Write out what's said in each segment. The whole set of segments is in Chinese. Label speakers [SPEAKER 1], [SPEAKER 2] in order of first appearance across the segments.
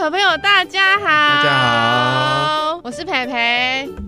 [SPEAKER 1] 好朋友，大家好，
[SPEAKER 2] 大家
[SPEAKER 1] 好，我是培培，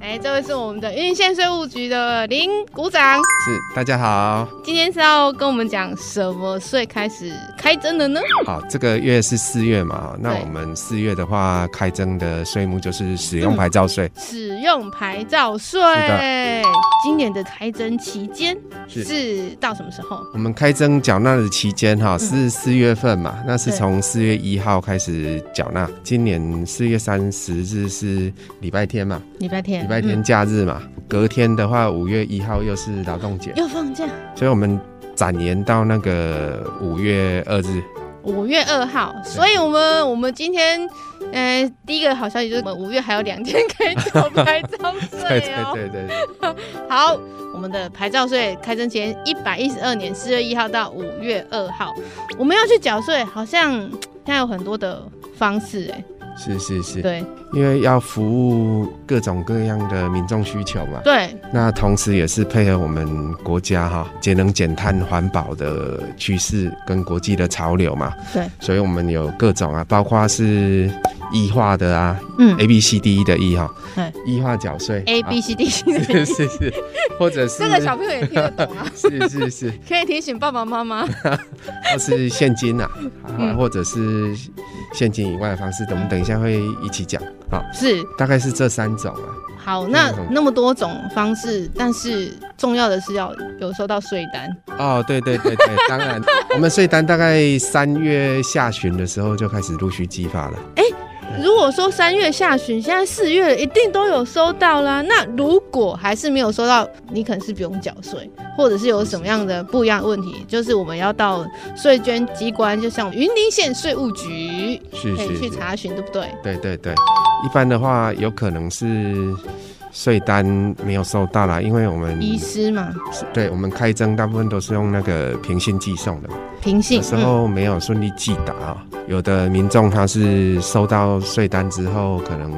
[SPEAKER 1] 哎，这位是我们的云县税务局的林股长，
[SPEAKER 2] 是，大家好，
[SPEAKER 1] 今天是要跟我们讲什么税开始开征的呢？
[SPEAKER 2] 好，这个月是四月嘛，那
[SPEAKER 1] 对
[SPEAKER 2] 我们四月的话，开征的税目就是使用牌照税，
[SPEAKER 1] 使用牌照税
[SPEAKER 2] 是，
[SPEAKER 1] 今年的开征期间
[SPEAKER 2] 是
[SPEAKER 1] 是到什么时候？
[SPEAKER 2] 我们开征缴纳的期间哈是四月份嘛，那是
[SPEAKER 1] 嗯对
[SPEAKER 2] 从四月一号开始缴纳，今年四月三十日是礼拜天嘛，
[SPEAKER 1] 礼拜天，
[SPEAKER 2] 礼拜天
[SPEAKER 1] 嗯
[SPEAKER 2] 假日嘛，隔天的话五月一号又是劳动节，
[SPEAKER 1] 又放假，
[SPEAKER 2] 所以我们展延到那个五月二日，
[SPEAKER 1] 五月二号，所以我们我们今天。呃，第一个好消息就是我们五月还有两天可以缴牌照
[SPEAKER 2] 对
[SPEAKER 1] 税
[SPEAKER 2] 对
[SPEAKER 1] 哦。
[SPEAKER 2] 对对，
[SPEAKER 1] 好，我们的牌照税开征前一百一十二年四月一号到五月二号，我们要去缴税，好像嗯现在有很多的方式哎、
[SPEAKER 2] 是是是。
[SPEAKER 1] 对
[SPEAKER 2] 因为要服务各种各样的民众需求嘛，
[SPEAKER 1] 对，
[SPEAKER 2] 那同时也是配合我们国家哈节能减碳环保的趋势跟国际的潮流嘛，
[SPEAKER 1] 对，
[SPEAKER 2] 所以我们有各种啊，包括是异化的啊
[SPEAKER 1] 嗯
[SPEAKER 2] ，A B C D E 的 E 哈
[SPEAKER 1] 对，
[SPEAKER 2] 异化缴税
[SPEAKER 1] ，A B C D
[SPEAKER 2] 啊
[SPEAKER 1] C，
[SPEAKER 2] 是是是，或者是
[SPEAKER 1] 这个小朋友也听得懂啊，
[SPEAKER 2] 是是是，
[SPEAKER 1] 可以提醒爸爸妈妈。
[SPEAKER 2] 或是现金啊，啊
[SPEAKER 1] 嗯
[SPEAKER 2] 或者是现金以外的方式，我们等一下会一起讲啊，
[SPEAKER 1] 是，
[SPEAKER 2] 大 概是这三种啊。
[SPEAKER 1] 好，那
[SPEAKER 2] 嗯
[SPEAKER 1] 那么多种方式，但是重要的是要有收到税单。
[SPEAKER 2] 哦，对对对对， 当然，我们税单大概三月下旬的时候就开始陆续寄发了。
[SPEAKER 1] 如果说三月下旬，现在四月了一定都有收到啦。那如果还是没有收到，你可能是不用缴税，或者是有什么样的不一样的问题，就是我们要到税捐机关，就像云林县税务局，
[SPEAKER 2] 是
[SPEAKER 1] 可
[SPEAKER 2] 是
[SPEAKER 1] 以去
[SPEAKER 2] 是，
[SPEAKER 1] 查询，对不对？
[SPEAKER 2] 对对对，一般的话有可能是税单没有收到啦，因为我们
[SPEAKER 1] 医师嘛，
[SPEAKER 2] 对我们开征大部分都是用那个平信寄送的嘛，
[SPEAKER 1] 平信
[SPEAKER 2] 有，时候没有顺利寄达、啊，有的民众他是收到税单之后，可能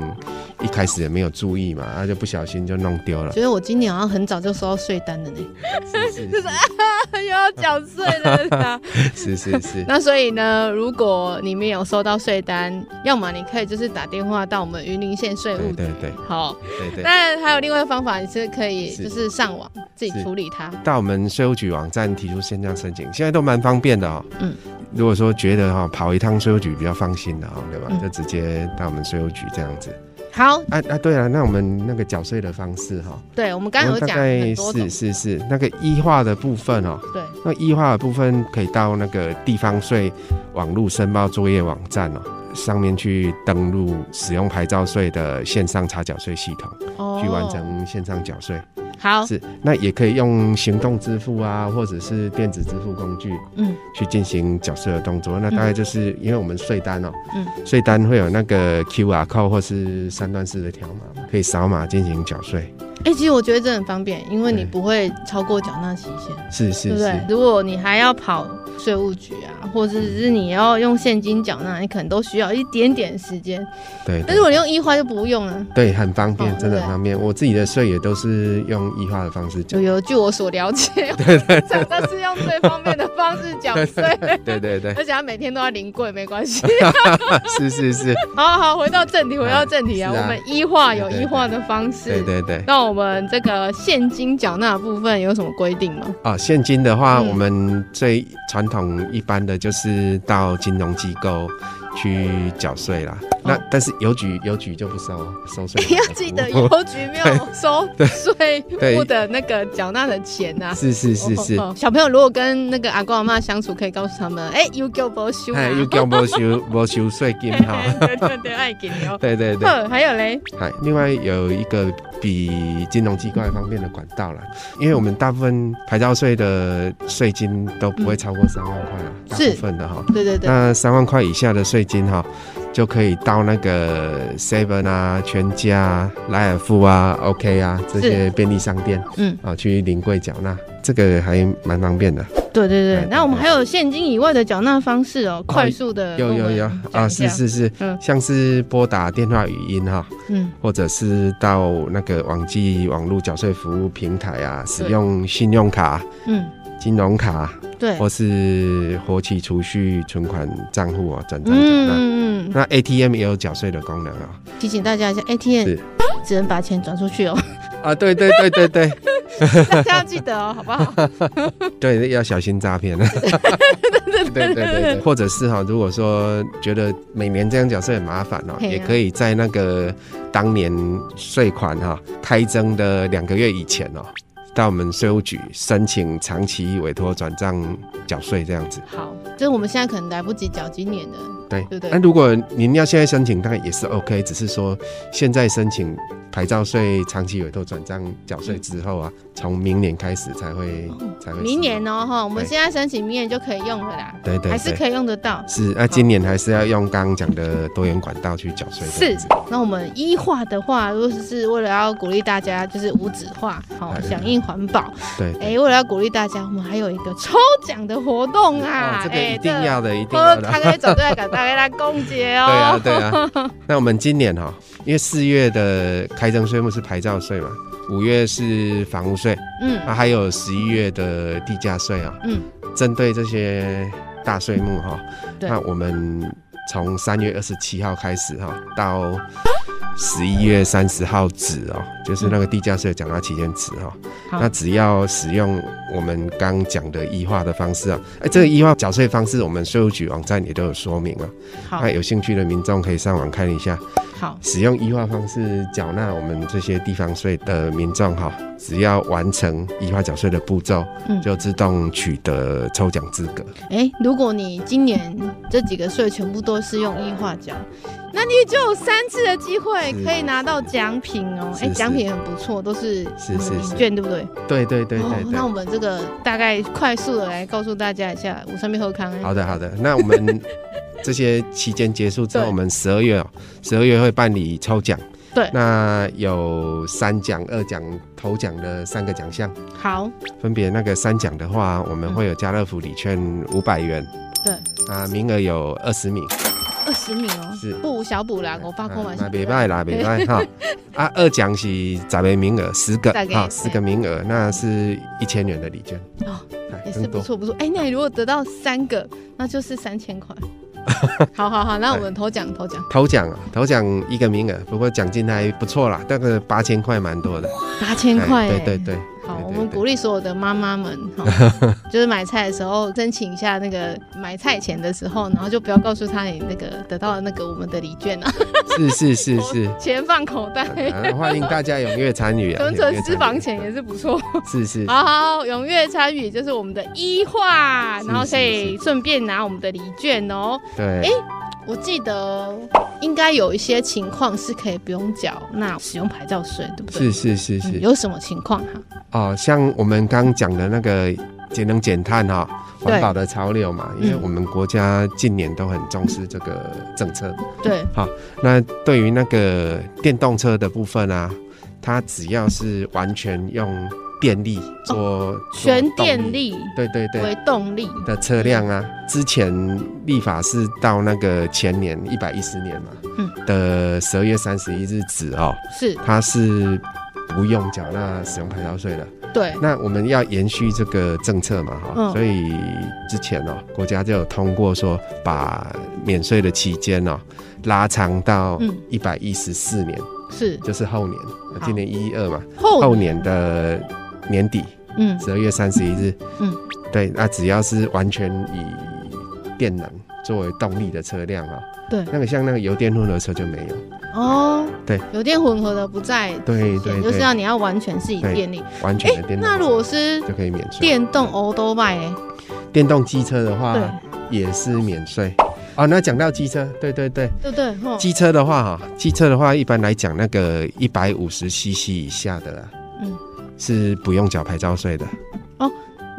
[SPEAKER 2] 一开始也没有注意嘛，他就不小心就弄丢了。
[SPEAKER 1] 觉得我今年好像很早就收到税单了呢，
[SPEAKER 2] 是是
[SPEAKER 1] 就是 又要缴税了啦。
[SPEAKER 2] 是是是，
[SPEAKER 1] 那所以呢，如果你没有收到税单，要么你可以就是打电话到我们云林县税务
[SPEAKER 2] 对
[SPEAKER 1] 局，
[SPEAKER 2] 对对
[SPEAKER 1] 好。
[SPEAKER 2] 对对。
[SPEAKER 1] 但还有另外一个方法，你是可以
[SPEAKER 2] 是
[SPEAKER 1] 就是上网自己
[SPEAKER 2] 是
[SPEAKER 1] 处理它。
[SPEAKER 2] 到我们税务局网站提出线上申请，现在都蛮方便的哦。
[SPEAKER 1] 嗯，
[SPEAKER 2] 如果说觉得哈、跑一趟税务局比较放心的哦，对吧？
[SPEAKER 1] 嗯
[SPEAKER 2] 就直接到我们税务局这样子。
[SPEAKER 1] 好，
[SPEAKER 2] 啊啊，对了，那我们那个缴税的方式哈、
[SPEAKER 1] 对我们刚刚
[SPEAKER 2] 我
[SPEAKER 1] 有
[SPEAKER 2] 们
[SPEAKER 1] 讲
[SPEAKER 2] 大概
[SPEAKER 1] 很多种
[SPEAKER 2] 是，是是那个一化的部分哦，
[SPEAKER 1] 对，
[SPEAKER 2] 那一化的部分可以到那个地方税网络申报作业网站哦。上面去登录使用牌照税的线上查缴税系统，
[SPEAKER 1] 哦
[SPEAKER 2] 去完。成线上缴税。
[SPEAKER 1] 好，
[SPEAKER 2] 是，那也可以用行动支付啊，或者是电子支付工具
[SPEAKER 1] 嗯，
[SPEAKER 2] 去进行缴税的动作。那大概就是因为我们税单哦，
[SPEAKER 1] 嗯，
[SPEAKER 2] 税单会有那个 QR code 或是三段式的条码，可以扫码进行缴税。
[SPEAKER 1] 哎，其实我觉得这很方便，因为你
[SPEAKER 2] 对
[SPEAKER 1] 不会超过缴纳期限，
[SPEAKER 2] 是
[SPEAKER 1] 对
[SPEAKER 2] 是
[SPEAKER 1] 不对
[SPEAKER 2] 是，？
[SPEAKER 1] 如果你还要跑税务局啊，或者是你要用现金缴纳，你可能都需要一点点时间。
[SPEAKER 2] 对
[SPEAKER 1] 但是
[SPEAKER 2] 对
[SPEAKER 1] 我用一 e 花就不用了。
[SPEAKER 2] 对，很方
[SPEAKER 1] 哦
[SPEAKER 2] 便，真的
[SPEAKER 1] 对
[SPEAKER 2] 很方便。我自己的税也都是用异化的方式缴
[SPEAKER 1] 就。有，据我所了解，我 们厂商是用最方便的方式缴税，
[SPEAKER 2] 对对对，
[SPEAKER 1] 而且他每天都要临柜，没关系。
[SPEAKER 2] 是是是，
[SPEAKER 1] 好好，回到正题，回到正题啊，
[SPEAKER 2] 是啊
[SPEAKER 1] 我们医化有医化的方式。
[SPEAKER 2] 对对对。
[SPEAKER 1] 那我们这个现金缴纳部分有什么规定吗？
[SPEAKER 2] 啊，现金的话，
[SPEAKER 1] 嗯
[SPEAKER 2] 我们最传统一般的就是到金融机构去缴税啦。那
[SPEAKER 1] 哦
[SPEAKER 2] 但是邮局邮局就不收啊收税
[SPEAKER 1] ，要
[SPEAKER 2] 不
[SPEAKER 1] 记得邮局没有收税务的那个缴纳的钱呐、
[SPEAKER 2] 是是是是
[SPEAKER 1] 哦，哦小朋友如果跟那个阿公阿妈相处，可以告诉他们，哎、有给我修啊嗯
[SPEAKER 2] 哎，， 又叫没收没收税金
[SPEAKER 1] 嘿
[SPEAKER 2] 哈。
[SPEAKER 1] 嘿对对对，爱给你哦。
[SPEAKER 2] 对对对，
[SPEAKER 1] 呵，还有嘞，
[SPEAKER 2] 哎，另外有一个比金融机构还方便的管道啦，因为我们大部分牌照税的税金都不会超过三万块啦，大
[SPEAKER 1] 是
[SPEAKER 2] 部分的哈。
[SPEAKER 1] 对对对，
[SPEAKER 2] 那三万块以下的税金哈、就可以到那个 Seven 啊、全家啊、莱尔富啊、OK 啊这些便利商店
[SPEAKER 1] 嗯，
[SPEAKER 2] 啊去临柜缴纳，这个还蛮方便的。
[SPEAKER 1] 对对对
[SPEAKER 2] 哎。
[SPEAKER 1] 那我们还有现金以外的缴纳方式哦，快速的，
[SPEAKER 2] 有有有啊，是，是是，
[SPEAKER 1] 嗯
[SPEAKER 2] 像是拨打电话语音哈、
[SPEAKER 1] 嗯，
[SPEAKER 2] 或者是到那个网际网络缴税服务平台啊，使用信用卡、
[SPEAKER 1] 嗯
[SPEAKER 2] 金融卡
[SPEAKER 1] 对，
[SPEAKER 2] 或是活期储蓄存款账户哦，转账缴纳。
[SPEAKER 1] 嗯嗯
[SPEAKER 2] 那 ATM 也有缴税的功能哦。
[SPEAKER 1] 嗯，提醒大家一下，ATM
[SPEAKER 2] 是
[SPEAKER 1] 只能把钱转出去 哦，
[SPEAKER 2] 啊，对对对对对
[SPEAKER 1] 大家要记得哦，好不好？
[SPEAKER 2] 对，要小 心诈骗。对对对对，或者是哈、如果说觉得每年这样缴税很麻烦哦，
[SPEAKER 1] 嘿啊
[SPEAKER 2] 也可以在那个当年税款哈、开征的两个月以前哦，到我们税务局申请长期委托转账缴税这样子。
[SPEAKER 1] 好，就是我们现在可能来不及缴今年的，
[SPEAKER 2] 对
[SPEAKER 1] 对对
[SPEAKER 2] 那如果您要现在申请，当然也是 OK，只是说现在申请牌照税、长期委托转账缴税之后啊，从明年开始才会、才会。
[SPEAKER 1] 明年。哦哈，我们
[SPEAKER 2] 对
[SPEAKER 1] 现在申请，明年就可以用了啦，
[SPEAKER 2] 对对
[SPEAKER 1] 还是
[SPEAKER 2] 对。
[SPEAKER 1] 可以用得到。
[SPEAKER 2] 是，那、今年还是要用刚刚讲的多元管道去缴税。这
[SPEAKER 1] 是
[SPEAKER 2] 样子，
[SPEAKER 1] 那我们一化的话，如果是为了要鼓励大家就是无纸化，好、
[SPEAKER 2] 哎
[SPEAKER 1] 响应环保，
[SPEAKER 2] 对。
[SPEAKER 1] 哎、为了要鼓励大家，我们还有一个抽奖的活动啊，
[SPEAKER 2] 哦，这个
[SPEAKER 1] 哎
[SPEAKER 2] 一定。要的，一定
[SPEAKER 1] 喝
[SPEAKER 2] 要的。
[SPEAKER 1] 他可以走对来给大家来共结哦。
[SPEAKER 2] 对啊，对啊。 那我们今年哈、因为四月的开征税目是牌照税嘛，五月是房屋税，
[SPEAKER 1] 嗯，
[SPEAKER 2] 啊，还有十一月的地价税啊，
[SPEAKER 1] 嗯，
[SPEAKER 2] 针对这些大税目哈、
[SPEAKER 1] 对
[SPEAKER 2] 那我们从三月二十七号开始哈、到十一月三十号止哦，就是那个地价税缴纳期间止哈、
[SPEAKER 1] 嗯好
[SPEAKER 2] 那只要使用我们刚讲的异化的方式啊，哎，这个异化缴税方式，我们税务局网站也都有说明啊。
[SPEAKER 1] 好
[SPEAKER 2] 那有兴趣的民众可以上网看一下。
[SPEAKER 1] 好，
[SPEAKER 2] 使用一化方式缴纳我们这些地方税的民众哈，只要完成一化缴税的步骤，
[SPEAKER 1] 嗯
[SPEAKER 2] 就自动取得抽奖资格。
[SPEAKER 1] 哎、如果你今年这几个税全部都是用一化奖，那你就有三次的机会
[SPEAKER 2] 是
[SPEAKER 1] 可以拿到奖品哦。
[SPEAKER 2] 是
[SPEAKER 1] 哎，
[SPEAKER 2] 是
[SPEAKER 1] 奖、品很不错，都是
[SPEAKER 2] 是
[SPEAKER 1] 嗯
[SPEAKER 2] 是
[SPEAKER 1] 礼
[SPEAKER 2] 是
[SPEAKER 1] 券，对不对？
[SPEAKER 2] 对对对对
[SPEAKER 1] 哦，
[SPEAKER 2] 对。
[SPEAKER 1] 那我们这个大概快速的来告诉大家一下，我上面后康。
[SPEAKER 2] 好的好的，那我们这些期间结束之后，
[SPEAKER 1] 对
[SPEAKER 2] 我们十二月哦，十二月会办理抽奖。
[SPEAKER 1] 对
[SPEAKER 2] 那有三奖、二奖、头奖的三个奖项，
[SPEAKER 1] 好，
[SPEAKER 2] 分别那个三奖的话，我们
[SPEAKER 1] 嗯
[SPEAKER 2] 会有家乐福礼券五百元，
[SPEAKER 1] 对，
[SPEAKER 2] 啊，名额有二十名。
[SPEAKER 1] 二十名哦，
[SPEAKER 2] 是
[SPEAKER 1] 不无小补啦，我发过
[SPEAKER 2] 啊
[SPEAKER 1] 完
[SPEAKER 2] 那别拜啦，别 拜哈。啊，二奖是十个名额，十个
[SPEAKER 1] 大概
[SPEAKER 2] 哈，
[SPEAKER 1] 对
[SPEAKER 2] 十个名额，那是一千元的礼券，
[SPEAKER 1] 哦，
[SPEAKER 2] 哎
[SPEAKER 1] 也
[SPEAKER 2] 更
[SPEAKER 1] 是不
[SPEAKER 2] 多。
[SPEAKER 1] 错不错。哎、那你如果得到三个，那就是三千 块。好好好，那
[SPEAKER 2] 哎
[SPEAKER 1] 我们头奖头奖
[SPEAKER 2] 头奖啊，头奖一个名额，不过奖金还不错啦，大概八千块蛮多的。
[SPEAKER 1] 八千
[SPEAKER 2] 哎
[SPEAKER 1] 块，哎
[SPEAKER 2] 对对对，
[SPEAKER 1] 好，
[SPEAKER 2] 对
[SPEAKER 1] 我
[SPEAKER 2] 对
[SPEAKER 1] 们
[SPEAKER 2] 对
[SPEAKER 1] 鼓励所有的妈妈们， 哈，就是买菜的时候申请一下那个买菜钱的时候，然后就不要告诉他你那个得到了那个我们的礼券啊，
[SPEAKER 2] 是是是是。
[SPEAKER 1] 钱放口 袋，
[SPEAKER 2] 啊欢迎大家踊跃参与 啊！
[SPEAKER 1] 存
[SPEAKER 2] 踊跃参
[SPEAKER 1] 存
[SPEAKER 2] 与
[SPEAKER 1] 私房钱也是不 错。
[SPEAKER 2] 是是，
[SPEAKER 1] 好好，踊跃参与就是我们的一化，
[SPEAKER 2] 是
[SPEAKER 1] 然后可以顺便拿我们的礼券哦。
[SPEAKER 2] 对
[SPEAKER 1] 哎，我记得应该有一些情况是可以不用缴那使用牌照税，对不对？
[SPEAKER 2] 是是是
[SPEAKER 1] 嗯
[SPEAKER 2] 是
[SPEAKER 1] 有什么情况哈？
[SPEAKER 2] 哦，像我们刚讲的那个节能减碳哈、
[SPEAKER 1] 对
[SPEAKER 2] 环保的潮流嘛，因为
[SPEAKER 1] 嗯
[SPEAKER 2] 我们国家近年都很重视这个政策。
[SPEAKER 1] 对，
[SPEAKER 2] 那对于那个电动车的部分啊，它只要是完全用电力做
[SPEAKER 1] 哦全电，
[SPEAKER 2] 做动
[SPEAKER 1] 力
[SPEAKER 2] 对对对
[SPEAKER 1] 为动力，
[SPEAKER 2] 的车辆啊，之前立法是到那个前年一百一十年嘛，
[SPEAKER 1] 嗯
[SPEAKER 2] 的十二月三十一日止哦，
[SPEAKER 1] 是
[SPEAKER 2] 它是不用缴纳使用牌照税的。
[SPEAKER 1] 对，
[SPEAKER 2] 那我们要延续这个政策嘛，哈、
[SPEAKER 1] 嗯
[SPEAKER 2] 所以之前哦，国家就有通过说，把免税的期间哦，拉长到
[SPEAKER 1] 嗯
[SPEAKER 2] 一百一十四年、
[SPEAKER 1] 是
[SPEAKER 2] 就是后年，那
[SPEAKER 1] 好
[SPEAKER 2] 今年一一二嘛，
[SPEAKER 1] 后
[SPEAKER 2] 后年的年底
[SPEAKER 1] 嗯
[SPEAKER 2] 十二月三十一日，
[SPEAKER 1] 嗯，
[SPEAKER 2] 对，那只要是完全以电能作为动力的车辆啊、
[SPEAKER 1] 对
[SPEAKER 2] 那个像那个油电混合车就没有，
[SPEAKER 1] 哦，
[SPEAKER 2] 对，
[SPEAKER 1] 有电混合的不在
[SPEAKER 2] 对
[SPEAKER 1] 线
[SPEAKER 2] 对
[SPEAKER 1] 就是
[SPEAKER 2] 对
[SPEAKER 1] 要你要完全是以
[SPEAKER 2] 对
[SPEAKER 1] 电力。
[SPEAKER 2] 完全的电能
[SPEAKER 1] 那如果是
[SPEAKER 2] 就可以免税。
[SPEAKER 1] 电动欧都卖嘞，
[SPEAKER 2] 电动机车的话，
[SPEAKER 1] 对
[SPEAKER 2] 也是免税哦。那讲到机车，对对对，
[SPEAKER 1] 对不对？吼，
[SPEAKER 2] 机车的话哈，机车的话一般来讲，那个一百五十 CC 以下的啦，
[SPEAKER 1] 嗯
[SPEAKER 2] 嗯，是不用缴牌照税的。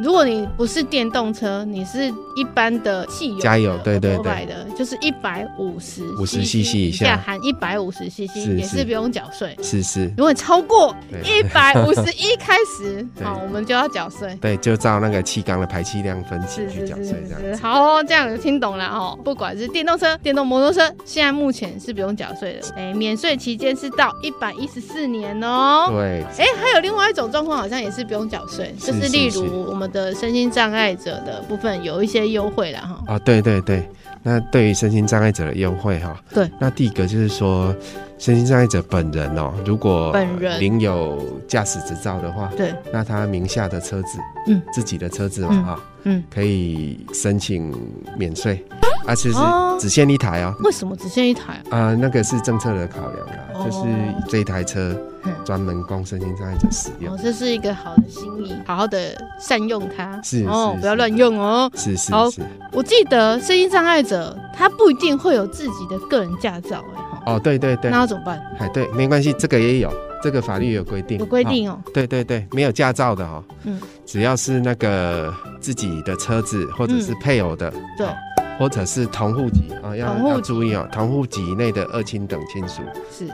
[SPEAKER 1] 如果你不是电动车，你是一般的汽油的
[SPEAKER 2] 加油对对对
[SPEAKER 1] 欧都卖的，就是一百五十
[SPEAKER 2] 50 cc 以下
[SPEAKER 1] 含一百五十 CC
[SPEAKER 2] 是
[SPEAKER 1] 也是
[SPEAKER 2] 是
[SPEAKER 1] 不用缴税。
[SPEAKER 2] 是是，
[SPEAKER 1] 如果超过
[SPEAKER 2] 对
[SPEAKER 1] 一百五十一开始，
[SPEAKER 2] 对
[SPEAKER 1] 好，我们就要缴税。
[SPEAKER 2] 对，就照那个气缸的排气量分级
[SPEAKER 1] 是
[SPEAKER 2] 去
[SPEAKER 1] 是
[SPEAKER 2] 缴
[SPEAKER 1] 是
[SPEAKER 2] 税这样
[SPEAKER 1] 是，
[SPEAKER 2] 子。
[SPEAKER 1] 好哦，这样有听懂了哦。不管是电动车、电动摩托车，现在目前是不用缴税的。哎，免税期间是到一百一十四年哦。
[SPEAKER 2] 对，
[SPEAKER 1] 哎，还有另外一种状况，好像也是不用缴税，就是是例
[SPEAKER 2] 是是
[SPEAKER 1] 如我们的身心障碍者的部分有一些优惠了哈。
[SPEAKER 2] 啊、对对对，那对于身心障碍者的优惠哈、
[SPEAKER 1] 对，
[SPEAKER 2] 那第一个就是说，身心障碍者本人哦，如果
[SPEAKER 1] 本人
[SPEAKER 2] 领有驾驶执照的话，
[SPEAKER 1] 对，
[SPEAKER 2] 那他名下的车子，
[SPEAKER 1] 嗯，
[SPEAKER 2] 自己的车子嘛哈、
[SPEAKER 1] 嗯，
[SPEAKER 2] 可以申请免税，啊，其实
[SPEAKER 1] 哦
[SPEAKER 2] 只限一台哦，
[SPEAKER 1] 为什么只限一台啊？
[SPEAKER 2] 啊、那个是政策的考量啦，
[SPEAKER 1] 哦
[SPEAKER 2] 就是这一台车
[SPEAKER 1] 嗯
[SPEAKER 2] 专门供身心障碍者使用
[SPEAKER 1] 哦，，这是一个好的心意，好好的善用它，
[SPEAKER 2] 是
[SPEAKER 1] 哦，
[SPEAKER 2] 是
[SPEAKER 1] 不要
[SPEAKER 2] 是
[SPEAKER 1] 乱用哦。
[SPEAKER 2] 是是
[SPEAKER 1] 好
[SPEAKER 2] 是，
[SPEAKER 1] 我记得身心障碍者他不一定会有自己的个人驾照哎、哈
[SPEAKER 2] 哦，对对对
[SPEAKER 1] 那，要怎么办？
[SPEAKER 2] 哎对，没关系，这个也有，这个法律有规定，
[SPEAKER 1] 有规
[SPEAKER 2] 哈
[SPEAKER 1] 定哦，
[SPEAKER 2] 对对对，没有驾照的哈、哦，
[SPEAKER 1] 嗯
[SPEAKER 2] 只要是那个自己的车子或者是配偶的，
[SPEAKER 1] 对
[SPEAKER 2] 哦或者是同户籍啊、哦，要
[SPEAKER 1] 同户籍
[SPEAKER 2] 要注意哦，同户籍内的二亲等亲属
[SPEAKER 1] 是，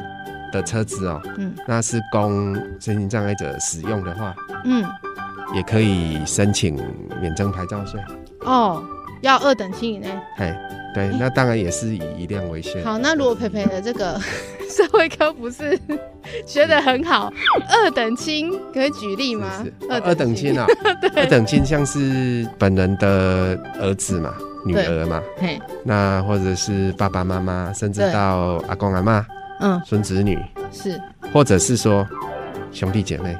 [SPEAKER 2] 的车子哦，
[SPEAKER 1] 嗯
[SPEAKER 2] 那是供身心障碍者使用的话，
[SPEAKER 1] 嗯，
[SPEAKER 2] 也可以申请免征牌照税。
[SPEAKER 1] 哦，要二等亲以内。
[SPEAKER 2] 哎，对，那当然也是以一辆为限。
[SPEAKER 1] 好，那如果培培的这个 社会科不是 学得很好，二等亲可以举例
[SPEAKER 2] 是
[SPEAKER 1] 吗？
[SPEAKER 2] 是哦二等亲，啊， 二等亲像是本人的儿子嘛、女
[SPEAKER 1] 对
[SPEAKER 2] 儿嘛，
[SPEAKER 1] 嘿，
[SPEAKER 2] 那或者是爸爸妈妈，甚至
[SPEAKER 1] 对
[SPEAKER 2] 到阿公阿妈、
[SPEAKER 1] 嗯，
[SPEAKER 2] 孙子女，
[SPEAKER 1] 是，
[SPEAKER 2] 或者是说兄弟姐妹，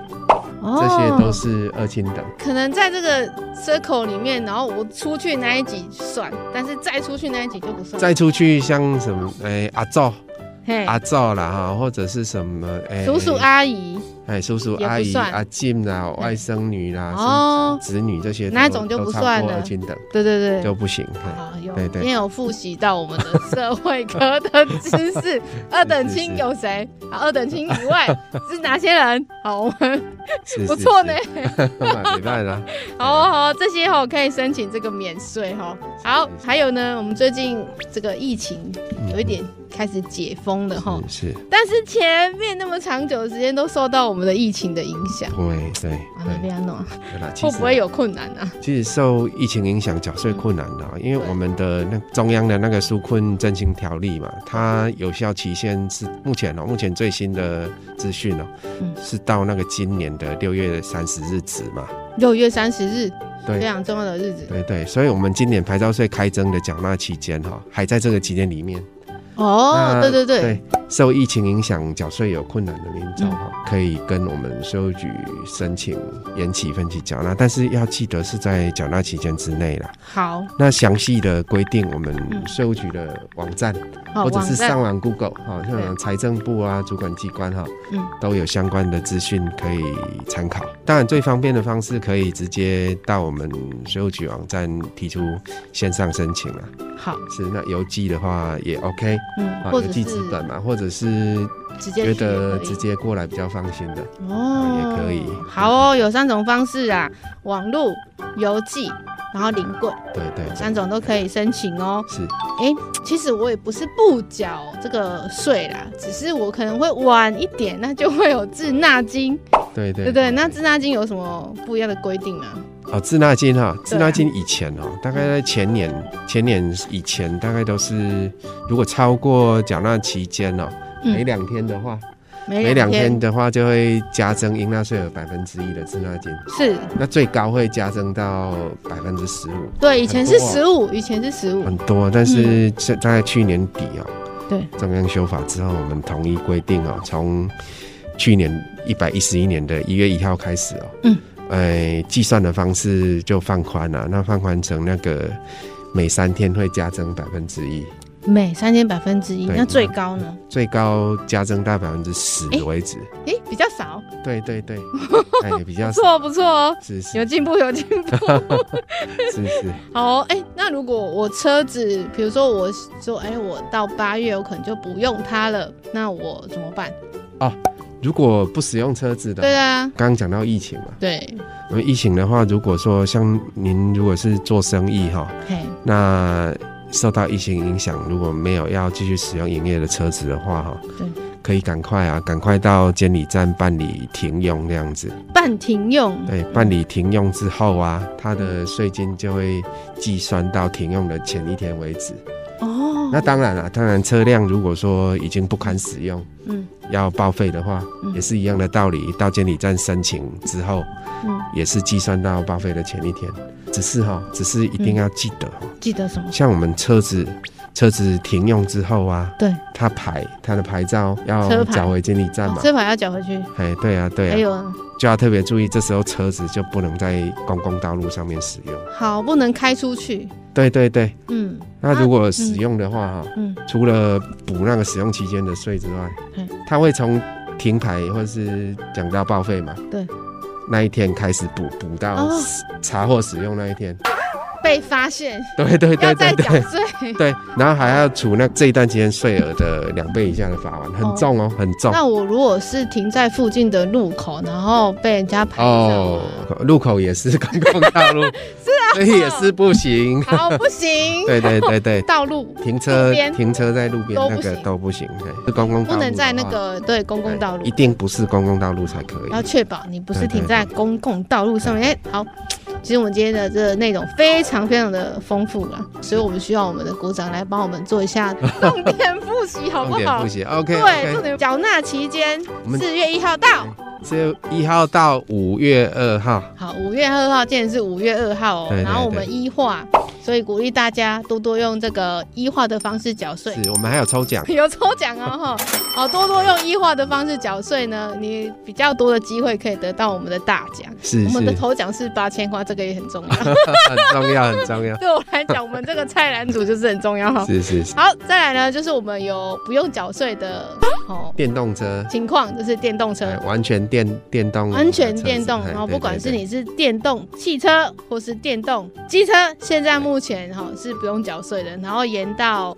[SPEAKER 1] 哦
[SPEAKER 2] 这些都是二亲等。
[SPEAKER 1] 可能在这个 circle 里面，然后我出去那一集算，但是再出去那一集就不算。
[SPEAKER 2] 再出去像什么，哎、阿赵、
[SPEAKER 1] 嘿，
[SPEAKER 2] 阿赵啦哈，或者是什么，哎、
[SPEAKER 1] 叔叔、阿姨
[SPEAKER 2] 哎、叔叔
[SPEAKER 1] 也不
[SPEAKER 2] 阿姨、
[SPEAKER 1] 算
[SPEAKER 2] 阿进啦、外甥女啦、
[SPEAKER 1] 哦，
[SPEAKER 2] 孙子女这些都，
[SPEAKER 1] 那种就不
[SPEAKER 2] 都差
[SPEAKER 1] 算
[SPEAKER 2] 多
[SPEAKER 1] 了
[SPEAKER 2] 二亲等
[SPEAKER 1] 对对对
[SPEAKER 2] 就。不行。哎
[SPEAKER 1] 啊，有
[SPEAKER 2] 对
[SPEAKER 1] 今
[SPEAKER 2] 对
[SPEAKER 1] 天有复习到我们的社会科的知 识。 二等亲有谁？好，二等亲以外是哪些人？好，我们
[SPEAKER 2] 是是
[SPEAKER 1] 不错呢。
[SPEAKER 2] 是没办法，
[SPEAKER 1] 好哦好哦，这些哦可以申请这个免税哈。好
[SPEAKER 2] 是，是
[SPEAKER 1] 还有呢，我们最近这个疫情
[SPEAKER 2] 嗯
[SPEAKER 1] 有一点开始解封了哈，
[SPEAKER 2] 是，是
[SPEAKER 1] 但是前面那么长久的时间都受到我们的疫情的影响。
[SPEAKER 2] 对对
[SPEAKER 1] 啊，那
[SPEAKER 2] 对，
[SPEAKER 1] 边弄啊
[SPEAKER 2] 对啦其
[SPEAKER 1] 会
[SPEAKER 2] 实
[SPEAKER 1] 不会有困难啊？
[SPEAKER 2] 其实受疫情影响，缴税困难
[SPEAKER 1] 嗯
[SPEAKER 2] 的、啊，因为我们的那中央的那个纾困振兴条例嘛，它有效期限是目前哦，目前最新的资讯哦
[SPEAKER 1] 嗯，
[SPEAKER 2] 是到那个今年的六月三十日止嘛。
[SPEAKER 1] 六月三十日，非
[SPEAKER 2] 对
[SPEAKER 1] 常重要的日子
[SPEAKER 2] 对对，所以我们今年牌照税开征的缴纳期间哈、还在这个期间里面。
[SPEAKER 1] 哦。
[SPEAKER 2] 那
[SPEAKER 1] 对对嗯对，
[SPEAKER 2] 对，受疫情影响缴税有困难的民众哈、可以跟我们税务局申请延期分期缴纳，但是要记得是在缴纳期间之内啦。
[SPEAKER 1] 好，
[SPEAKER 2] 那详细的规定，我们
[SPEAKER 1] 嗯
[SPEAKER 2] 税务局的网站、
[SPEAKER 1] 好
[SPEAKER 2] 或者
[SPEAKER 1] 哦网
[SPEAKER 2] 是
[SPEAKER 1] 站
[SPEAKER 2] 上网 Google 哈、像
[SPEAKER 1] 对
[SPEAKER 2] 财政部啊、主管机关哈、
[SPEAKER 1] 嗯
[SPEAKER 2] 都有相关的资讯可以参考。当然，最方便的方式可以直接到我们税务局网站提出线上申请啊。
[SPEAKER 1] 好，
[SPEAKER 2] 是，那邮寄的话也 OK
[SPEAKER 1] 嗯，
[SPEAKER 2] 啊，
[SPEAKER 1] 或
[SPEAKER 2] 邮
[SPEAKER 1] 者
[SPEAKER 2] 寄
[SPEAKER 1] 是
[SPEAKER 2] 纸本嘛，或者是
[SPEAKER 1] 直接
[SPEAKER 2] 觉
[SPEAKER 1] 去也
[SPEAKER 2] 得
[SPEAKER 1] 可以
[SPEAKER 2] 直接过来比较放心的，
[SPEAKER 1] 哦
[SPEAKER 2] 也可以
[SPEAKER 1] 好哦，有三种方式啊，网络、邮寄，然后临柜，
[SPEAKER 2] 对对对，
[SPEAKER 1] 三种都可以申请哦。
[SPEAKER 2] 嗯是
[SPEAKER 1] 其实我也不是不缴这个税啦，只是我可能会晚一点，那就会有滞纳金，
[SPEAKER 2] 对
[SPEAKER 1] 对
[SPEAKER 2] 对
[SPEAKER 1] 不对？那滞纳金有什么不一样的规定吗？
[SPEAKER 2] 哦，滞纳金哈、滞纳金以前哈、大概在前年、前年以前，大概都是如果超过缴纳期间哦，
[SPEAKER 1] 嗯
[SPEAKER 2] 每两天的话，
[SPEAKER 1] 每
[SPEAKER 2] 每两天的话就会加征应纳税额百分之一的滞纳金，
[SPEAKER 1] 是
[SPEAKER 2] 那最高会加征到百分之十五，
[SPEAKER 1] 对，以前是
[SPEAKER 2] 很啊
[SPEAKER 1] 十五，以前是十五，
[SPEAKER 2] 很多。但是现在去年底哦，
[SPEAKER 1] 嗯对
[SPEAKER 2] 中央修法之后，我们统一规定哦，从去年一百一十一年的一月一号开始哦，
[SPEAKER 1] 嗯，
[SPEAKER 2] 哎，计算的方式就放宽了、那放宽成那个每三天会加增百分之一，
[SPEAKER 1] 每三天百分之一，
[SPEAKER 2] 对嗯
[SPEAKER 1] 那最高呢？
[SPEAKER 2] 最高加增到百分之十
[SPEAKER 1] 诶
[SPEAKER 2] 为止。
[SPEAKER 1] 诶，比较少，
[SPEAKER 2] 对对 对，哎，比较
[SPEAKER 1] 不错不错哦，
[SPEAKER 2] 是是
[SPEAKER 1] 有进步有进步。
[SPEAKER 2] 是是，
[SPEAKER 1] 好、哦，哎、那如果我车子，比如说我说，哎、我到八月我可能就不用它了，那我怎么办？
[SPEAKER 2] 如果不使用车子的，
[SPEAKER 1] 对啊，
[SPEAKER 2] 刚刚讲到疫情嘛，
[SPEAKER 1] 对，啊
[SPEAKER 2] 那么疫情的话，如果说像您如果是做生意哈、
[SPEAKER 1] 嘿，
[SPEAKER 2] 那受到疫情影响，如果没有要继续使用营业的车子的话，哈，
[SPEAKER 1] 对，
[SPEAKER 2] 可以赶快啊，赶快到监理站办理停用这样子。
[SPEAKER 1] 半停用，
[SPEAKER 2] 对，办理停用之后啊，它的税金就会计算到停用的前一天为止。
[SPEAKER 1] 哦，哦，
[SPEAKER 2] 那当然了、啊当然车辆如果说已经不堪使用，
[SPEAKER 1] 嗯
[SPEAKER 2] 要报废的话，
[SPEAKER 1] 嗯
[SPEAKER 2] 也是一样的道理。到监理站申请之后，
[SPEAKER 1] 嗯，
[SPEAKER 2] 也是计算到报废的前一天。只是哈、只是一
[SPEAKER 1] 嗯
[SPEAKER 2] 定要记得哈、
[SPEAKER 1] 记得什么？
[SPEAKER 2] 像我们车子车子停用之后啊，
[SPEAKER 1] 对，
[SPEAKER 2] 它牌它的牌照
[SPEAKER 1] 车
[SPEAKER 2] 要
[SPEAKER 1] 牌
[SPEAKER 2] 找回监理站
[SPEAKER 1] 哦
[SPEAKER 2] 嘛。
[SPEAKER 1] 车牌要缴回去，
[SPEAKER 2] 哎，对啊，对
[SPEAKER 1] 还
[SPEAKER 2] 啊，
[SPEAKER 1] 有
[SPEAKER 2] 就要特别注意，这时候车子就不能在公共道路上面使用。
[SPEAKER 1] 好不能开出去，
[SPEAKER 2] 对对对，
[SPEAKER 1] 嗯，
[SPEAKER 2] 那如果使用的话，哈、
[SPEAKER 1] 嗯
[SPEAKER 2] 除了补那个使用期间的税之外
[SPEAKER 1] 嗯，
[SPEAKER 2] 它会从停牌或者是讲到报废嘛，
[SPEAKER 1] 对，
[SPEAKER 2] 那一天开始补，补到
[SPEAKER 1] 哦
[SPEAKER 2] 查获使用那一天，
[SPEAKER 1] 被发现
[SPEAKER 2] 对对
[SPEAKER 1] 要
[SPEAKER 2] 对
[SPEAKER 1] 再
[SPEAKER 2] 对
[SPEAKER 1] 缴
[SPEAKER 2] 对。
[SPEAKER 1] 税，
[SPEAKER 2] 对，然后还要处那这一段期间税额的两倍以下的罚款，很重哦，很重
[SPEAKER 1] 那我如果是停在附近的路口，然后被人家拍照
[SPEAKER 2] 哦。路口也是公共 道路，所以也是不行。
[SPEAKER 1] 啊，好不行，
[SPEAKER 2] 对对对对，
[SPEAKER 1] 道路
[SPEAKER 2] 停车
[SPEAKER 1] 路边
[SPEAKER 2] 停车在路边
[SPEAKER 1] 都
[SPEAKER 2] 那
[SPEAKER 1] 不
[SPEAKER 2] 个
[SPEAKER 1] 行
[SPEAKER 2] 都不行，嘿是公共道路啊
[SPEAKER 1] 不能在那
[SPEAKER 2] 的话哎
[SPEAKER 1] 个对公共道路
[SPEAKER 2] 一，定不是公共道路才可以
[SPEAKER 1] 要。确保你不是
[SPEAKER 2] 对对
[SPEAKER 1] 停在公共道路上面。哎，好，其实我们今天的这个内容非常非常的丰富了，所以我们需要我们的鼓掌来帮我们做一 下重点复习，好不
[SPEAKER 2] 重点
[SPEAKER 1] 好
[SPEAKER 2] 复？习，OK
[SPEAKER 1] 对，重
[SPEAKER 2] OK。
[SPEAKER 1] 点缴纳期间
[SPEAKER 2] 我们
[SPEAKER 1] 四月一号到，
[SPEAKER 2] 是一号到五月二号，
[SPEAKER 1] 好，五月二号，今天是五月二号哦。
[SPEAKER 2] 对对
[SPEAKER 1] 然后我们
[SPEAKER 2] 对
[SPEAKER 1] 一化，所以鼓励大家多多用这个一化的方式缴税。，
[SPEAKER 2] 是我们还有抽奖
[SPEAKER 1] 有抽奖哦哈，好多多用一化的方式缴税呢，你比较多的机会可以得到我们的大奖。
[SPEAKER 2] 是
[SPEAKER 1] 我
[SPEAKER 2] 是
[SPEAKER 1] 们的头奖是八千块，这个也很重要。
[SPEAKER 2] 很重要很重要，
[SPEAKER 1] 对我来讲，我们这个菜篮子就是很重要哈。
[SPEAKER 2] 是是是。
[SPEAKER 1] 好，再来呢，就是我们有不用缴税的哦
[SPEAKER 2] 电动车，
[SPEAKER 1] 情况，就是电动车
[SPEAKER 2] 啊哎。完全电电动的车子，
[SPEAKER 1] 安全电动，
[SPEAKER 2] 哎
[SPEAKER 1] 然后
[SPEAKER 2] 对
[SPEAKER 1] 不管
[SPEAKER 2] 对
[SPEAKER 1] 是
[SPEAKER 2] 对
[SPEAKER 1] 你是电动汽车或是电动机车，现在目前哈是不用缴税的，然后延到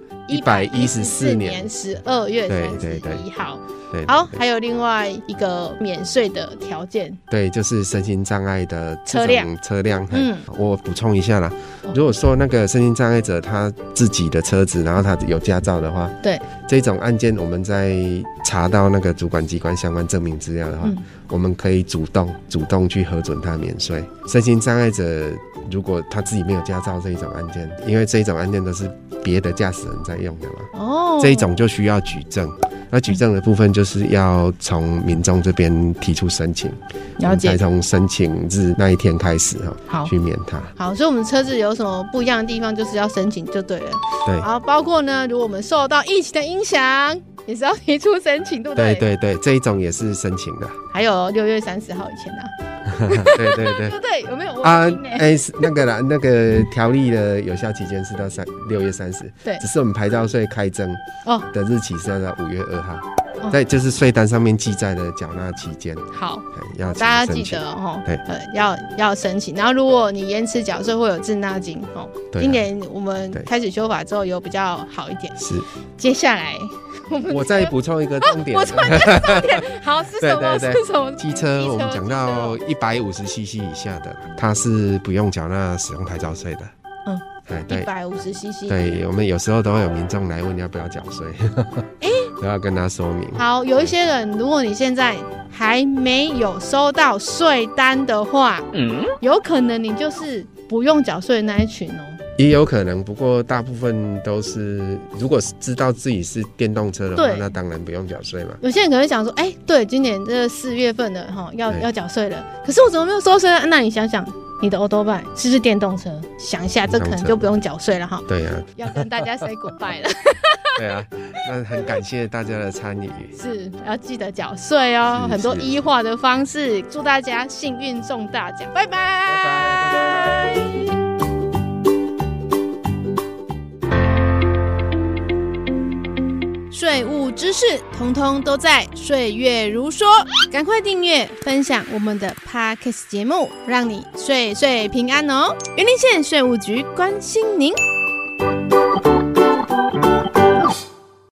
[SPEAKER 2] 114
[SPEAKER 1] 年十二月
[SPEAKER 2] 对
[SPEAKER 1] 三十
[SPEAKER 2] 对对
[SPEAKER 1] 一号。
[SPEAKER 2] 对对
[SPEAKER 1] 好，
[SPEAKER 2] 对
[SPEAKER 1] 还有另外一个免税的条件，
[SPEAKER 2] 对，就是身心障碍的这
[SPEAKER 1] 车辆
[SPEAKER 2] 种车辆。
[SPEAKER 1] 嗯
[SPEAKER 2] 嗯，我补充一下啦
[SPEAKER 1] 哦，
[SPEAKER 2] 如果说那个身心障碍者他自己的车子，然后他有驾照的话，
[SPEAKER 1] 对
[SPEAKER 2] 这种案件，我们在查到那个主管机关相关证明资料的话，
[SPEAKER 1] 嗯
[SPEAKER 2] 我们可以主动主动去核准他免税。身心障碍者如果他自己没有驾照这一种案件，因为这一种案件都是别的驾驶人在用的嘛，
[SPEAKER 1] 哦，
[SPEAKER 2] 这一种就需要举证。那举证的部分就是要从民众这边提出申请。我
[SPEAKER 1] 了
[SPEAKER 2] 们才
[SPEAKER 1] 解
[SPEAKER 2] 从申请日那一天开始哈、
[SPEAKER 1] 好。
[SPEAKER 2] 去免它。
[SPEAKER 1] 好，所以我们车子有什么不一样的地方，就是要申请就对了。
[SPEAKER 2] 对
[SPEAKER 1] 好，包括呢，如果我们受到疫情的影响，也是要提出申请，对不
[SPEAKER 2] 对
[SPEAKER 1] 对？。
[SPEAKER 2] 对对，这一种也是申请 的。
[SPEAKER 1] 还有六月三十号以前啊，
[SPEAKER 2] 对对对
[SPEAKER 1] 对。不对？有没有？我
[SPEAKER 2] 啊
[SPEAKER 1] 有听，欸
[SPEAKER 2] 哎、是那个啦，那个条例的有效期间是到三六月三十，
[SPEAKER 1] 对
[SPEAKER 2] 只是我们牌照税开征
[SPEAKER 1] 哦
[SPEAKER 2] 的日期是要到五月二号，
[SPEAKER 1] 哦
[SPEAKER 2] 在就是税单上面记载的缴纳期间，
[SPEAKER 1] 好，
[SPEAKER 2] 哎要请
[SPEAKER 1] 大家
[SPEAKER 2] 申
[SPEAKER 1] 记
[SPEAKER 2] 请
[SPEAKER 1] 得哦，
[SPEAKER 2] 对
[SPEAKER 1] 呃，要要申请。然后如果你延迟缴税，会有滞纳金哦。
[SPEAKER 2] 对啊
[SPEAKER 1] 今年我们
[SPEAKER 2] 对
[SPEAKER 1] 开始修法之后，有比较好一点。
[SPEAKER 2] 是。
[SPEAKER 1] 接下来 我们
[SPEAKER 2] 我再补充一个重点
[SPEAKER 1] 我，突然间重点，好是什么？
[SPEAKER 2] 对对对
[SPEAKER 1] 是什么？
[SPEAKER 2] 机
[SPEAKER 1] 机
[SPEAKER 2] 车
[SPEAKER 1] 车
[SPEAKER 2] 我们讲到一百五十 CC 以下的，它是不用缴纳使用牌照税的。
[SPEAKER 1] 嗯，
[SPEAKER 2] 哎对
[SPEAKER 1] 一，百五十 CC。
[SPEAKER 2] 对我们有时候都会有民众来问要不要缴税， 都要跟他说明。
[SPEAKER 1] 好，有一些人，如果你现在还没有收到税单的话，
[SPEAKER 2] 嗯
[SPEAKER 1] 有可能你就是不用缴税的那一群哦。
[SPEAKER 2] 也有可能，不过大部分都是，如果是知道自己是电动车的话，
[SPEAKER 1] 对
[SPEAKER 2] 那当然不用缴税嘛。
[SPEAKER 1] 有些人可能会想说，哎、对，今年这四月份的哈，要
[SPEAKER 2] 对
[SPEAKER 1] 要缴税了，可是我怎么没有收税呢？啊那你想想，你的 Auto Bike 是不是电动车？想一下，这可
[SPEAKER 2] 电
[SPEAKER 1] 能
[SPEAKER 2] 动车
[SPEAKER 1] 就不用缴税了哈。
[SPEAKER 2] 对啊，
[SPEAKER 1] 要跟大家 say goodbye 了，
[SPEAKER 2] 对啊，那很感谢大家的参与。
[SPEAKER 1] 是要记得缴税哦，
[SPEAKER 2] 是
[SPEAKER 1] 很多
[SPEAKER 2] 是
[SPEAKER 1] 医化的方式，祝大家幸运中大奖，拜
[SPEAKER 2] 拜
[SPEAKER 1] 拜税务知识通通都在《岁月如说》，赶快订阅、分享我们的 Podcast 节目，让你岁岁平安哦！云林县税务局关心您。